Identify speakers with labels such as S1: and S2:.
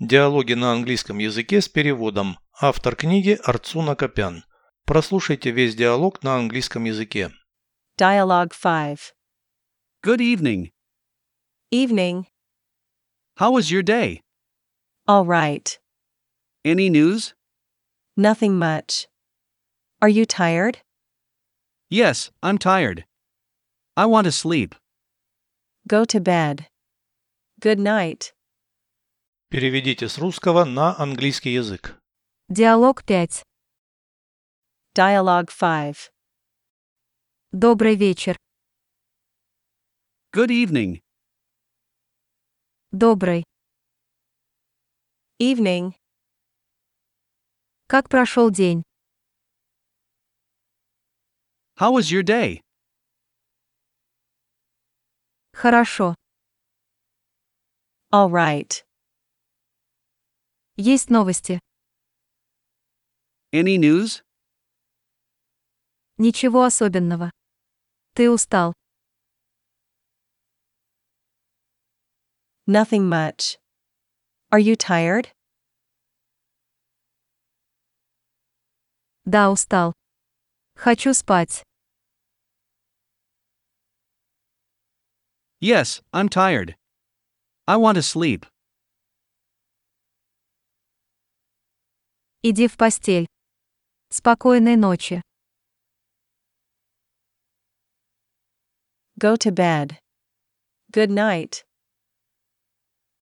S1: Диалоги на английском языке с переводом. Автор книги Арцуна Копян. Прослушайте весь диалог на английском языке.
S2: Dialogue 5.
S3: Good evening.
S2: Evening.
S3: How was your day?
S2: All right.
S3: Any news?
S2: Nothing much. Are you tired?
S3: Yes, I'm tired. I want to sleep.
S2: Go to bed. Good night.
S1: Переведите с русского на английский язык.
S4: Диалог 5.
S2: Dialogue 5.
S4: Добрый вечер.
S3: Good evening.
S4: Добрый.
S2: Evening.
S4: Как прошел день?
S3: How was your day?
S4: Хорошо.
S2: All right.
S4: Есть новости?
S3: Any news?
S4: Ничего особенного. Ты устал?
S2: Nothing much. Are you tired?
S4: Да, устал. Хочу спать.
S3: Yes, I'm tired. I want to sleep.
S4: Иди в постель. Спокойной ночи.
S2: Go to bed. Good night.